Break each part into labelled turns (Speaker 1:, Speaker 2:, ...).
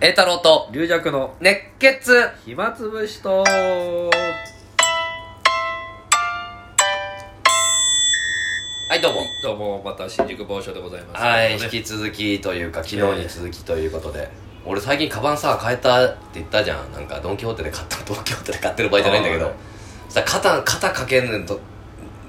Speaker 1: 栄太郎と
Speaker 2: 龍弱の
Speaker 1: 熱血
Speaker 2: 暇つぶしと
Speaker 1: はいどうも
Speaker 2: どうもまた新宿某所でございます
Speaker 1: はい
Speaker 2: ね
Speaker 1: 引き続きというか昨日に続きということで、俺最近カバンさ変えたって言ったじゃんなんかドン・キホーテで買った ドン・キホーテで買ってる場合じゃないんだけ
Speaker 2: は
Speaker 1: ど
Speaker 2: い
Speaker 1: さ肩肩かけんと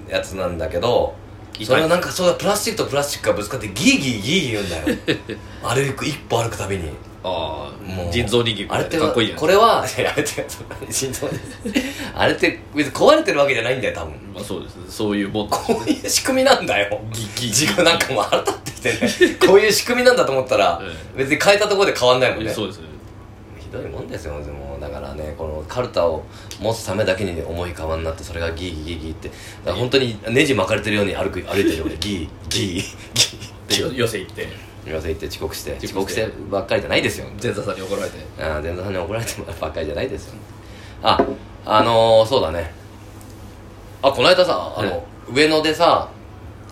Speaker 1: やつなんだけど
Speaker 2: 痛い
Speaker 1: それはなんかそうだプラスチックとプラスチックがぶつかってギーギーギーギー言うんだよ 歩く一歩歩くたびに
Speaker 2: あ
Speaker 1: も
Speaker 2: あ
Speaker 1: う
Speaker 2: 腎臓人間
Speaker 1: あれって
Speaker 2: かっこいいやん
Speaker 1: これは いやあれってそんなに心臓にあれって別に壊れてるわけじゃないんだよ多分
Speaker 2: まあそうですねそういうもん
Speaker 1: こういう仕組みなんだよ
Speaker 2: ギギ
Speaker 1: 自分なんかもう腹立ってきてねこういう仕組みなんだと思ったら
Speaker 2: え
Speaker 1: 別に変えたところで変わんないもんね
Speaker 2: そうですね
Speaker 1: ひどいもんですよもうだからねこのカルタを持つためだけに重い革になってそれがギーギーギーギーってだから本当にネジ巻かれてるように歩く歩いてるよ俺ギーギーギー
Speaker 2: で
Speaker 1: ギー
Speaker 2: よ寄せ行って
Speaker 1: 今言って遅刻して遅
Speaker 2: 遅
Speaker 1: 刻
Speaker 2: 刻
Speaker 1: し
Speaker 2: してて
Speaker 1: ばっかりじゃないですよ
Speaker 2: 前座さんに怒られて
Speaker 1: ああ前座さんに怒られてもらうばっかりじゃないですよああのー、そうだねあこの間さあの、上野でさ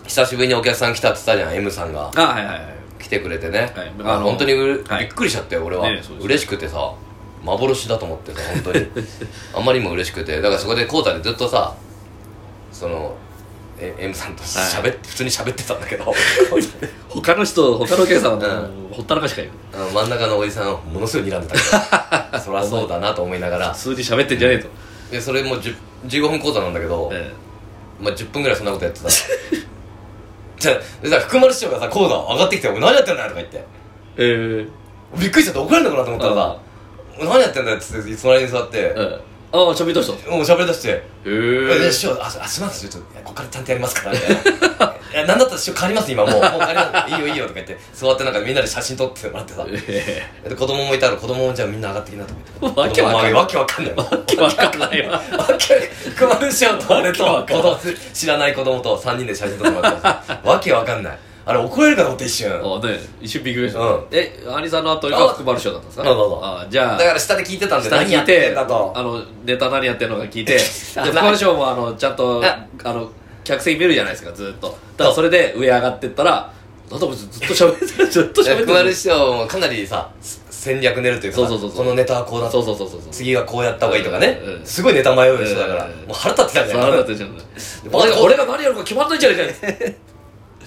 Speaker 1: 久しぶりにお客さん来たって言ったじゃん M さんが
Speaker 2: あはいはいはい
Speaker 1: 来てくれてね、
Speaker 2: はい
Speaker 1: あ
Speaker 2: あの
Speaker 1: 本当にうれ
Speaker 2: はい
Speaker 1: びっくりしちゃったよ俺は、
Speaker 2: ねそうです
Speaker 1: 嬉しくてさ幻だと思ってさ本当 にあんまりにも嬉しくてだからそこでコータでずっとさそのえ M さんと喋って、普通に喋ってたんだけど
Speaker 2: 他の人他のお客さんは
Speaker 1: う
Speaker 2: もうほったらかしかよ
Speaker 1: あの真ん中のおじさんをものすごい睨んでたけ どそりゃそうだなと思いながら
Speaker 2: 普通に喋ってんじゃねえと
Speaker 1: でそれもう10 15分講座なんだけど、
Speaker 2: え
Speaker 1: まあ、10分ぐらいそんなことやってた じゃあでさ福丸師匠がさ講座上がってきて「お前何やってんだよ」とか言って
Speaker 2: えええ
Speaker 1: びっくりしちゃって怒られるのかなと思ったらさ「お前何やってんだよ」っつって隣に座って、
Speaker 2: えああ喋り出したへ
Speaker 1: もう喋り出して「え
Speaker 2: え
Speaker 1: 師匠あすあすいませんちょっといやここからちゃんとやりますから」みたいないや「何だったら師匠変わります今もうもう変わりますいいよいいよ」とか言って座ってなんかみんなで写真撮ってもらってさ
Speaker 2: え
Speaker 1: で子供もいたら子供もじゃあみんな上がってきなとか言って
Speaker 2: わけわかんない
Speaker 1: わけわかんないわ
Speaker 2: えわかんないわ
Speaker 1: わけ福丸師匠と俺と
Speaker 2: わ
Speaker 1: 子
Speaker 2: けわ
Speaker 1: 供知らない子供と3人で写真撮ってもらってますわけわかんないあれ怒られるかと思って一瞬だ
Speaker 2: あね一瞬びっくりした、
Speaker 1: うん
Speaker 2: えアニさんの後
Speaker 1: あ
Speaker 2: が福丸師匠だったんですか
Speaker 1: そうそうそう
Speaker 2: あじゃあ
Speaker 1: から下で聞いてたんで
Speaker 2: 下
Speaker 1: 何
Speaker 2: に聞
Speaker 1: や
Speaker 2: い
Speaker 1: って
Speaker 2: て
Speaker 1: んだと
Speaker 2: あのネタ何やってるのか 聞いてで
Speaker 1: あ
Speaker 2: 福丸師匠もあのちゃんと
Speaker 1: あ
Speaker 2: あの客席見るじゃないですかずっとだからそれで上上がってったらなんだこいつずっと喋ってる ずっと
Speaker 1: で
Speaker 2: 喋っ
Speaker 1: 福
Speaker 2: て
Speaker 1: 丸
Speaker 2: る
Speaker 1: 師匠もかなりさす戦略練るというかさ
Speaker 2: そうそうそうそう
Speaker 1: このネタはこうだ
Speaker 2: そうそうそうそうそう
Speaker 1: 次はこうやった方がいいとかね
Speaker 2: うんうん
Speaker 1: すごいネタ迷う人だから
Speaker 2: うん
Speaker 1: もう腹立ってたんだ
Speaker 2: そ
Speaker 1: よ
Speaker 2: うあなたたちなんだ
Speaker 1: 俺
Speaker 2: 俺
Speaker 1: が
Speaker 2: が俺が何やるか決まんないじゃない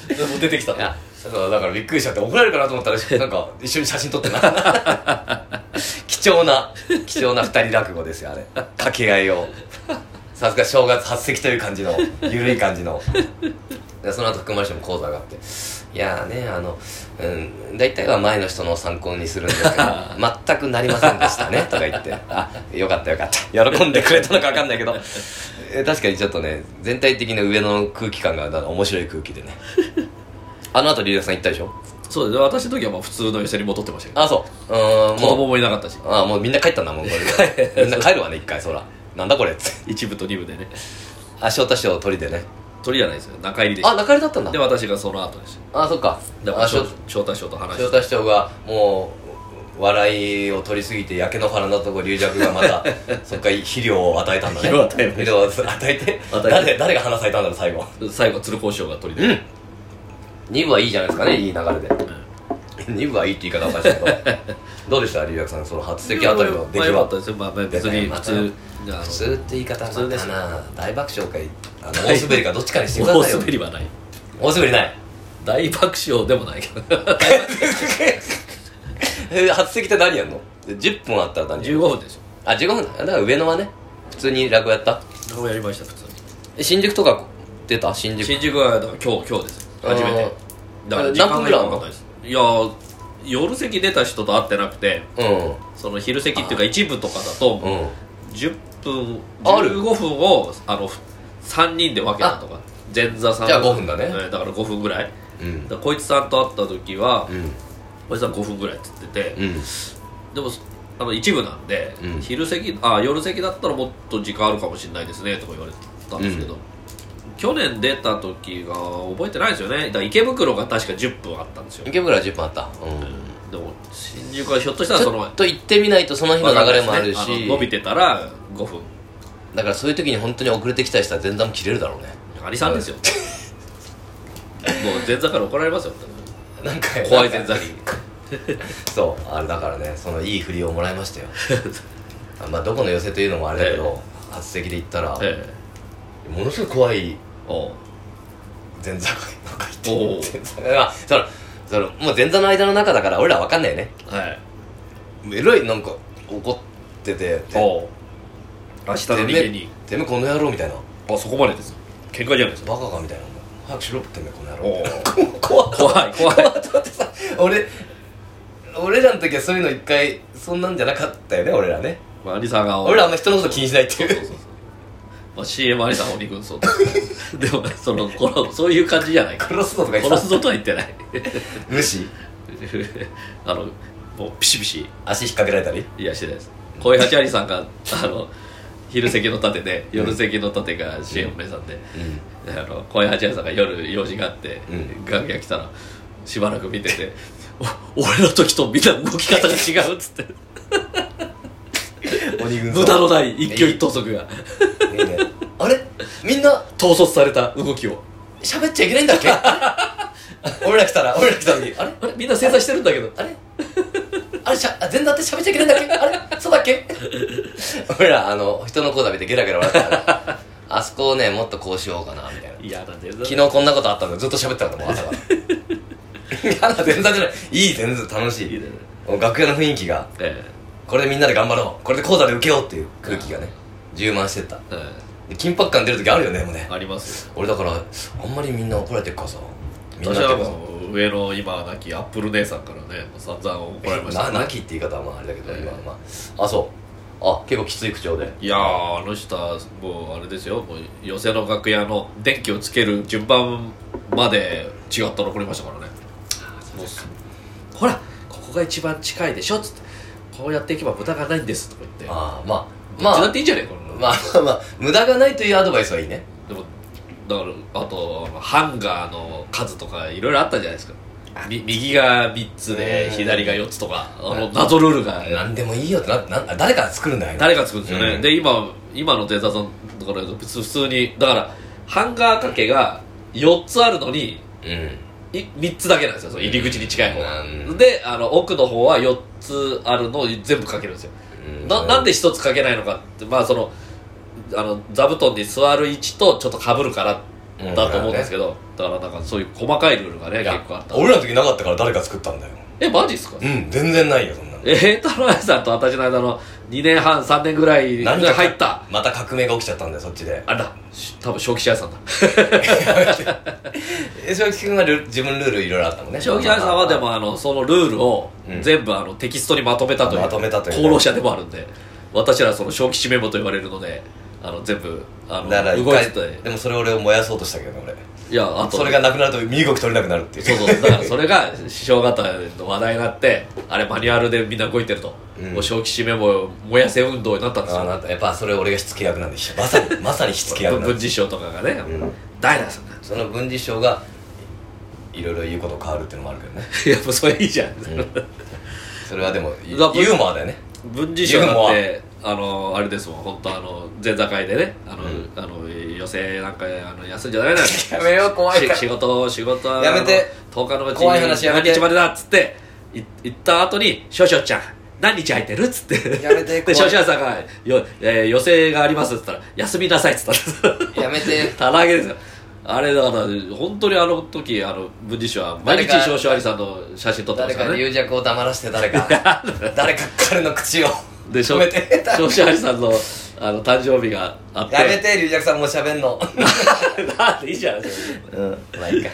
Speaker 2: かもう出てきた
Speaker 1: いやそうだからびっくりしちゃって怒られるかなと思ったらなんか一緒に写真撮ってな 貴重な貴重な二人落語ですよあれ掛け合いをさすが正月発席という感じの緩い感じのでその後福丸師匠も講座上がっていやーねあの、うん、大体は前の人のを参考にするんですけど 全くなりませんでしたねとか言ってあよかったよかった喜んでくれたのか分かんないけどえ確かにちょっとね全体的な上の空気感がなんか面白い空気でねあの後リュウダさん行ったでしょ
Speaker 2: そうです私の時はまあ普通の寄せに戻ってましたけど
Speaker 1: あそううーん
Speaker 2: 子供
Speaker 1: もう
Speaker 2: もいなかったし
Speaker 1: あもうみんな帰ったんだもんこれでみんな帰るわね一回そらなんだこれっつって
Speaker 2: 一部と二部でね
Speaker 1: あ翔太師匠取りでね
Speaker 2: 鳥じゃないですよ中入りでし
Speaker 1: あ中入りだったん
Speaker 2: た
Speaker 1: だ
Speaker 2: で私がその後でした
Speaker 1: あそっか
Speaker 2: だから
Speaker 1: あ
Speaker 2: 翔
Speaker 1: 翔
Speaker 2: 太翔太師匠と
Speaker 1: 翔
Speaker 2: 話して
Speaker 1: 太師匠がもう笑いを取りすぎて焼け野原のとこ龍尺がま たそっか肥料を与えたんだね
Speaker 2: 肥料を与
Speaker 1: 肥
Speaker 2: えました
Speaker 1: 料を与えて
Speaker 2: 与えて
Speaker 1: 誰誰が花咲いたんだろう最後
Speaker 2: 最後鶴光師匠が取り
Speaker 1: う
Speaker 2: で、
Speaker 1: ん2部はいいじゃないですかねいい流れで2部はいいって言い方おかし いけどどうでした龍尺さんその初席あたりの出
Speaker 2: まあ
Speaker 1: 来
Speaker 2: 良かっ
Speaker 1: は
Speaker 2: たですよ、まあ、まあ別に普通あの
Speaker 1: 普通って言い方は
Speaker 2: 普通でしょ
Speaker 1: な大爆笑かいあの大滑りかどっちかにしてくだ
Speaker 2: 大
Speaker 1: さいよ
Speaker 2: 滑りはない
Speaker 1: 大滑りない
Speaker 2: 大爆笑でもないけど
Speaker 1: え初席って何やんの10分あったら何
Speaker 2: 15分でし
Speaker 1: あ15分だだから上野はね普通に落語やった
Speaker 2: ょもうやりました普通
Speaker 1: え新宿とか出た新
Speaker 2: に
Speaker 1: 宿
Speaker 2: 新宿はだから今日今日です初め
Speaker 1: あ
Speaker 2: て
Speaker 1: ー
Speaker 2: だから時
Speaker 1: 何分
Speaker 2: 間
Speaker 1: ぐ
Speaker 2: が
Speaker 1: らいあん
Speaker 2: 良か
Speaker 1: の
Speaker 2: ったですいや夜席出た人と会ってなくて
Speaker 1: うん
Speaker 2: その昼席っていうか一部とかだと
Speaker 1: うん
Speaker 2: 10分
Speaker 1: ある
Speaker 2: 15分をあの3人で分けたとか前座さん
Speaker 1: じゃあ5分だね
Speaker 2: えだから5分ぐらい
Speaker 1: うん
Speaker 2: だからこいつさんと会った時は、
Speaker 1: うん
Speaker 2: こいつさん5分ぐらいっつってて、
Speaker 1: うん
Speaker 2: でもあの一部なんで、
Speaker 1: うん
Speaker 2: 昼席あ夜席だったらもっと時間あるかもしれないですねとか言われてたんですけど、去年出た時が覚えてないですよねだから池袋が確か10分あったんですよ
Speaker 1: 池袋は10分あったうん
Speaker 2: でも新宿はひょっとしたら
Speaker 1: ち
Speaker 2: そ
Speaker 1: ょ
Speaker 2: の
Speaker 1: っと行ってみないとその日の流れもある
Speaker 2: わかんないです
Speaker 1: し
Speaker 2: ねあの伸びてたら5分
Speaker 1: だからそういう時に本当に遅れてきた人は前座も切れるだろうね
Speaker 2: アリさんですよも う前座から怒られますよ
Speaker 1: なんか
Speaker 2: 怖い前座に
Speaker 1: そうあれだからねそのいい振りをもらいましたよあまあどこの寄せというのもあれだけど、発席で行ったら、
Speaker 2: ええ
Speaker 1: ものすごい怖い
Speaker 2: おう
Speaker 1: 前座がなんかい
Speaker 2: おう
Speaker 1: て前座がまあそのそのもう前座の間の中だから俺らわかんないよね
Speaker 2: はい
Speaker 1: えらいなんか怒ってて
Speaker 2: おう明日の逃げに
Speaker 1: てめえこの野郎みたいな
Speaker 2: あそこまでですよ喧嘩じゃないですか
Speaker 1: バカかみたいな早くしろってめえこの野郎
Speaker 2: おう
Speaker 1: 怖っ
Speaker 2: 怖い怖い
Speaker 1: だってさ俺俺らの時はそういうの一回そんなんじゃなかったよね俺らね
Speaker 2: まあアリさんが
Speaker 1: 俺らあんま人のこと気にしないって
Speaker 2: そう
Speaker 1: い
Speaker 2: そう
Speaker 1: う
Speaker 2: そうそうまあ CM アリさん鬼軍 曹とかでもそのこのそういう感じじゃないか
Speaker 1: 殺すぞとか言って
Speaker 2: 殺
Speaker 1: た
Speaker 2: すぞとは言ってない
Speaker 1: 無視
Speaker 2: あのもうピシピシ
Speaker 1: 足引っ掛けられたり
Speaker 2: いやしてないです小井八有さんがあの昼席の盾で夜席の盾が CM 目さんで、
Speaker 1: う
Speaker 2: であの小井八有さんが夜用事があって、
Speaker 1: うん
Speaker 2: 楽屋来たらしばらく見てて「お俺の時とみんな動き方が違う」っつって
Speaker 1: ん鬼軍
Speaker 2: 無駄のない一挙一投足が
Speaker 1: いいねあれみんな
Speaker 2: 統率された動きを
Speaker 1: 喋っちゃいけないんだっけ 俺ら来たら俺ら来た時あれ
Speaker 2: あれみんな正座してるんだけど
Speaker 1: あれあれしゃあ前座って喋っちゃいけないんだっけあれそうだっけ俺らあの人の子食べてゲラゲラ笑ってたからあそこをねもっとこうしようかなみたいない
Speaker 2: やだ全
Speaker 1: 昨日こんなことあったんだずっと喋ってたからもう朝から嫌な前座じゃないいい前座楽しい
Speaker 2: いいね
Speaker 1: もう楽屋の雰囲気が
Speaker 2: え
Speaker 1: これでみんなで頑張ろうこれで講座で受けようっていう空気がね充満してった
Speaker 2: ええ
Speaker 1: で緊迫感出る時あるよねもうね
Speaker 2: えありますよ
Speaker 1: 俺だからあんまりみんな怒られてるからさみんな
Speaker 2: 私
Speaker 1: っていう
Speaker 2: は
Speaker 1: かさ
Speaker 2: もう上の今は亡きアップル姉さんからねもう散々怒られました
Speaker 1: な
Speaker 2: ね
Speaker 1: なきって言い方はまああれだけど、
Speaker 2: ええ
Speaker 1: 今はまああそうあ結構きつい口調で
Speaker 2: いやーあの人はもうあれですよもう寄席の楽屋の電気をつける順番まで違ったの怒りましたからねもうほらここが一番近いでしょっつってこうやっていけば無駄がないんですとか言って
Speaker 1: ああまあま
Speaker 2: まあ
Speaker 1: あ
Speaker 2: だっていいじゃねえかこんなの
Speaker 1: まあまあまあ無駄がないというアドバイスはいいね
Speaker 2: でもだからあとあのハンガーの数とかいろいろあったじゃないですかみ右が3つで
Speaker 1: うん
Speaker 2: 左が4つとかあの謎ルールが
Speaker 1: 何でもいいよってなな誰かが作るんだよ
Speaker 2: 誰が作るんですよね、
Speaker 1: うん
Speaker 2: で今今のデータさんだから普通普通にだからハンガー掛けが4つあるのに
Speaker 1: うん
Speaker 2: い3つだけなんですよその入り口に近い方が、
Speaker 1: うん
Speaker 2: であの奥の方は4つあるのを全部掛けるんですよ
Speaker 1: うん
Speaker 2: ななんで1つかけないのかってまあそのあの座布団に座る位置とちょっとかぶるからだと思うんですけど、だからなんかそういう細かいルールがね
Speaker 1: いや
Speaker 2: 結構あった
Speaker 1: 俺らの時なかったから誰が作ったんだよ
Speaker 2: えマジっすか、
Speaker 1: うん全然ないよそんなの
Speaker 2: えヘイタロさんと私の間の2年半3年ぐらい
Speaker 1: 何か
Speaker 2: 入った
Speaker 1: また革命が起きちゃったんだよそっちで
Speaker 2: あれだし多分小吉屋 さんだ
Speaker 1: え正木君はル自分ルールいろいろあったもんね
Speaker 2: 小吉屋さんはでもあのそのルールを
Speaker 1: うん
Speaker 2: 全部あのテキストにまとめたという
Speaker 1: まとめたという
Speaker 2: 功労者でもあるんで私らその小吉メモと言われるのであの全部あの
Speaker 1: だから一
Speaker 2: 動いて
Speaker 1: 回
Speaker 2: て
Speaker 1: でもそれ俺を燃やそうとしたけどね俺
Speaker 2: いやあと
Speaker 1: それがなくなると身動き取れなくなるっていう
Speaker 2: そうそうだからそれが師匠方の話題になってあれマニュアルでみんな動いてると、
Speaker 1: うん
Speaker 2: もう小吉メモ燃やせ運動になったんです
Speaker 1: あ
Speaker 2: よ
Speaker 1: あなたやっぱそれ俺が火付け役なんでまさにまさに火付け役なん
Speaker 2: 文
Speaker 1: で
Speaker 2: 治師匠とかがね
Speaker 1: うん
Speaker 2: 「誰だそんな」
Speaker 1: その文治師匠がいろいろ言うこと変わるっていうのもあるけどね、
Speaker 2: い やもうそれいいじゃん、
Speaker 1: それはでもユユ
Speaker 2: だ
Speaker 1: ーモアだよね
Speaker 2: 文治師匠だってあのあれですもん本当あの前座会でねあの、
Speaker 1: うん
Speaker 2: あの寄席なんかあの休んじゃダメなの
Speaker 1: やめよう怖いから
Speaker 2: し仕事仕事は
Speaker 1: やめて
Speaker 2: あの10日のうちに
Speaker 1: 怖い話やめて
Speaker 2: 何日までだっつってい行った後に「少々ちゃん何日空いてる?」っつって
Speaker 1: やめて
Speaker 2: で
Speaker 1: 怖い
Speaker 2: 少々さんがよ、えー「寄席があります」っつったら「休みなさい」っつったんです
Speaker 1: やめ て
Speaker 2: 唐揚げですよあれだから本当にあの時あの文治師匠は毎日
Speaker 1: 誰か
Speaker 2: 少々ありさんの写真撮ってま
Speaker 1: 誰
Speaker 2: したから
Speaker 1: か
Speaker 2: ね
Speaker 1: 流弱を黙らせて誰か誰か彼の口を
Speaker 2: でしょ
Speaker 1: 止めて
Speaker 2: 少子ありさんのあの誕生日があって
Speaker 1: やめて流弱さんもう喋んの
Speaker 2: なんでいいじゃんそれ
Speaker 1: うんまあいいか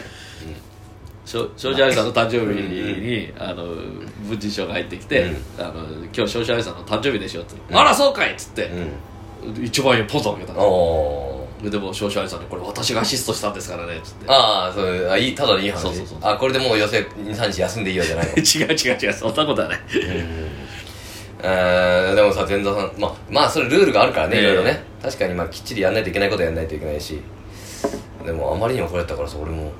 Speaker 2: 少少子ありさんの誕生日にあの文治師匠が入ってきて「あの今日少子ありさんの誕生日でしょ」って「あらそうかい!」っつって
Speaker 1: う
Speaker 2: 1万円ポンとあげた
Speaker 1: んおー
Speaker 2: でも少子ありさんに「これ私がアシストしたんですからね」っつって
Speaker 1: ああそういうあいいただのいい話
Speaker 2: そうそうそう
Speaker 1: あこれでもう寄せ23日休んでいいよじゃないの
Speaker 2: 違う違う違うそんなことはない
Speaker 1: えーでもさ前座さんまあまあそれルールがあるからね、
Speaker 2: ええ
Speaker 1: いろいろね確かにまあきっちりやんないといけないことはやんないといけないしでもあまりにも怒られたからさ俺も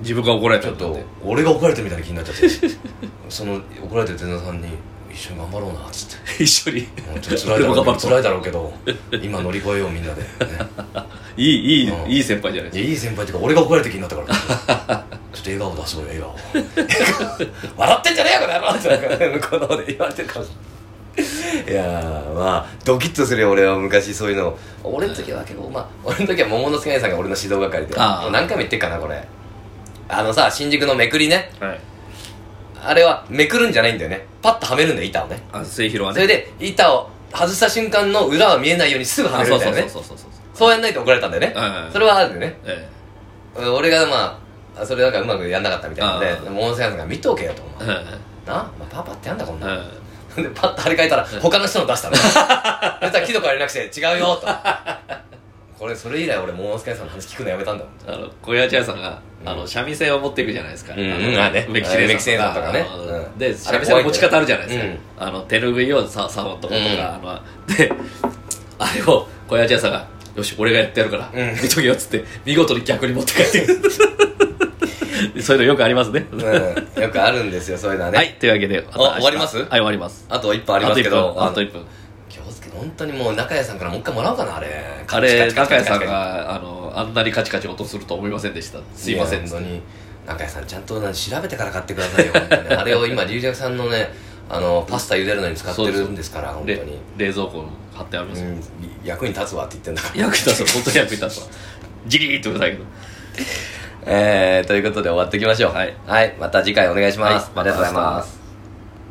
Speaker 2: 自分が怒られ
Speaker 1: ち
Speaker 2: た
Speaker 1: ょっ
Speaker 2: ん
Speaker 1: と
Speaker 2: で
Speaker 1: 俺が怒られてるみたいな気になっちゃって その怒られてる前座さんに一緒に頑張ろうなっつって
Speaker 2: 一緒に
Speaker 1: もうちょっと 辛い
Speaker 2: 俺
Speaker 1: だ
Speaker 2: も
Speaker 1: ろうけど
Speaker 2: 頑張る
Speaker 1: 辛いだろうけど今乗り越えようみんなで、ね、
Speaker 2: いいいい
Speaker 1: うん
Speaker 2: いい先輩じゃない
Speaker 1: い
Speaker 2: で
Speaker 1: やいい先輩っていうか俺が怒られてる気になったからちょっと笑顔出そうよ笑顔 笑ってんじゃねえよこの野郎ってなんか向こうの方で言われてるかもしれないいやーまあドキッとするよ俺は昔そういうの俺の時は結構まあ俺の時は桃之助姉さんが俺の指導係で
Speaker 2: あー
Speaker 1: もう何回も言ってっかなこれあのさ新宿のめくりね
Speaker 2: はい
Speaker 1: あれはめくるんじゃないんだよねパッとはめるんだよ板をね
Speaker 2: あ末広は
Speaker 1: そ
Speaker 2: ね
Speaker 1: れで板を外した瞬間の裏は見えないようにすぐは
Speaker 2: あ
Speaker 1: め
Speaker 2: そ
Speaker 1: る
Speaker 2: うん
Speaker 1: だ
Speaker 2: そ
Speaker 1: よ
Speaker 2: う
Speaker 1: ね
Speaker 2: そ
Speaker 1: そう
Speaker 2: うそうそうそう
Speaker 1: やんないと怒られたんだよね、
Speaker 2: はいはい
Speaker 1: それはあるんだよね
Speaker 2: え
Speaker 1: 俺がまあそれなんかうまくやんなかったみたいなんで
Speaker 2: ああ
Speaker 1: でも温泉さんが見とけよと思う
Speaker 2: え
Speaker 1: なあ、まあ、パパってやんだこん
Speaker 2: うんう
Speaker 1: なん
Speaker 2: ん
Speaker 1: でパッと張り替えたら他の人の出したの そしたら木戸から連絡して違うよとこれそれ以来俺も温泉さんの話聞くのやめたんだもん
Speaker 2: あの小屋茶屋さんが、
Speaker 1: うん
Speaker 2: あの三味線を持っていくじゃないですか、
Speaker 1: うんうん
Speaker 2: の
Speaker 1: あね
Speaker 2: メキシレン
Speaker 1: あれメキシレンさんとかね
Speaker 2: あの
Speaker 1: うん
Speaker 2: で三味線の持ち方あるじゃないですか、
Speaker 1: うん
Speaker 2: あの手拭いをさ触っとこ
Speaker 1: うん
Speaker 2: とか、あのであれを小屋茶屋さんが「よし俺がやってやるから、
Speaker 1: うん
Speaker 2: 見とけよ」っつって見事に逆に持って帰ってく るそういうのよくありますね、
Speaker 1: うんよくあるんですよそういうのはね、
Speaker 2: はいというわけでた明日
Speaker 1: 終わります
Speaker 2: はい終わります
Speaker 1: あと一本ありますけ
Speaker 2: あと一
Speaker 1: ど
Speaker 2: 分あと
Speaker 1: の
Speaker 2: 1分
Speaker 1: 気をつけて本当にもう中谷さんからもう一回もらおうかなあれ
Speaker 2: あれ
Speaker 1: カチ
Speaker 2: 中
Speaker 1: カ
Speaker 2: 屋
Speaker 1: チカチカ
Speaker 2: さ
Speaker 1: チカチ
Speaker 2: んがあのあんなにカチカチ音すると思いませんでしたすいません
Speaker 1: や本当に中谷さんちゃんとなんか調べてから買ってくださいよ本当にあれを今龍尺さんのねあのパスタ茹でるのに使ってるんですから本当
Speaker 2: れ
Speaker 1: に、
Speaker 2: 冷蔵庫貼ってありますよ、
Speaker 1: うん役に立つわって言ってんだから
Speaker 2: 役に立つ本当に役に立つわジリーっとうるさいけど
Speaker 1: えー、ということで終わっていきましょう
Speaker 2: はい、
Speaker 1: また次回お願いします、
Speaker 2: はい
Speaker 1: ありがとうござい
Speaker 2: また明
Speaker 1: ま
Speaker 2: 日
Speaker 1: す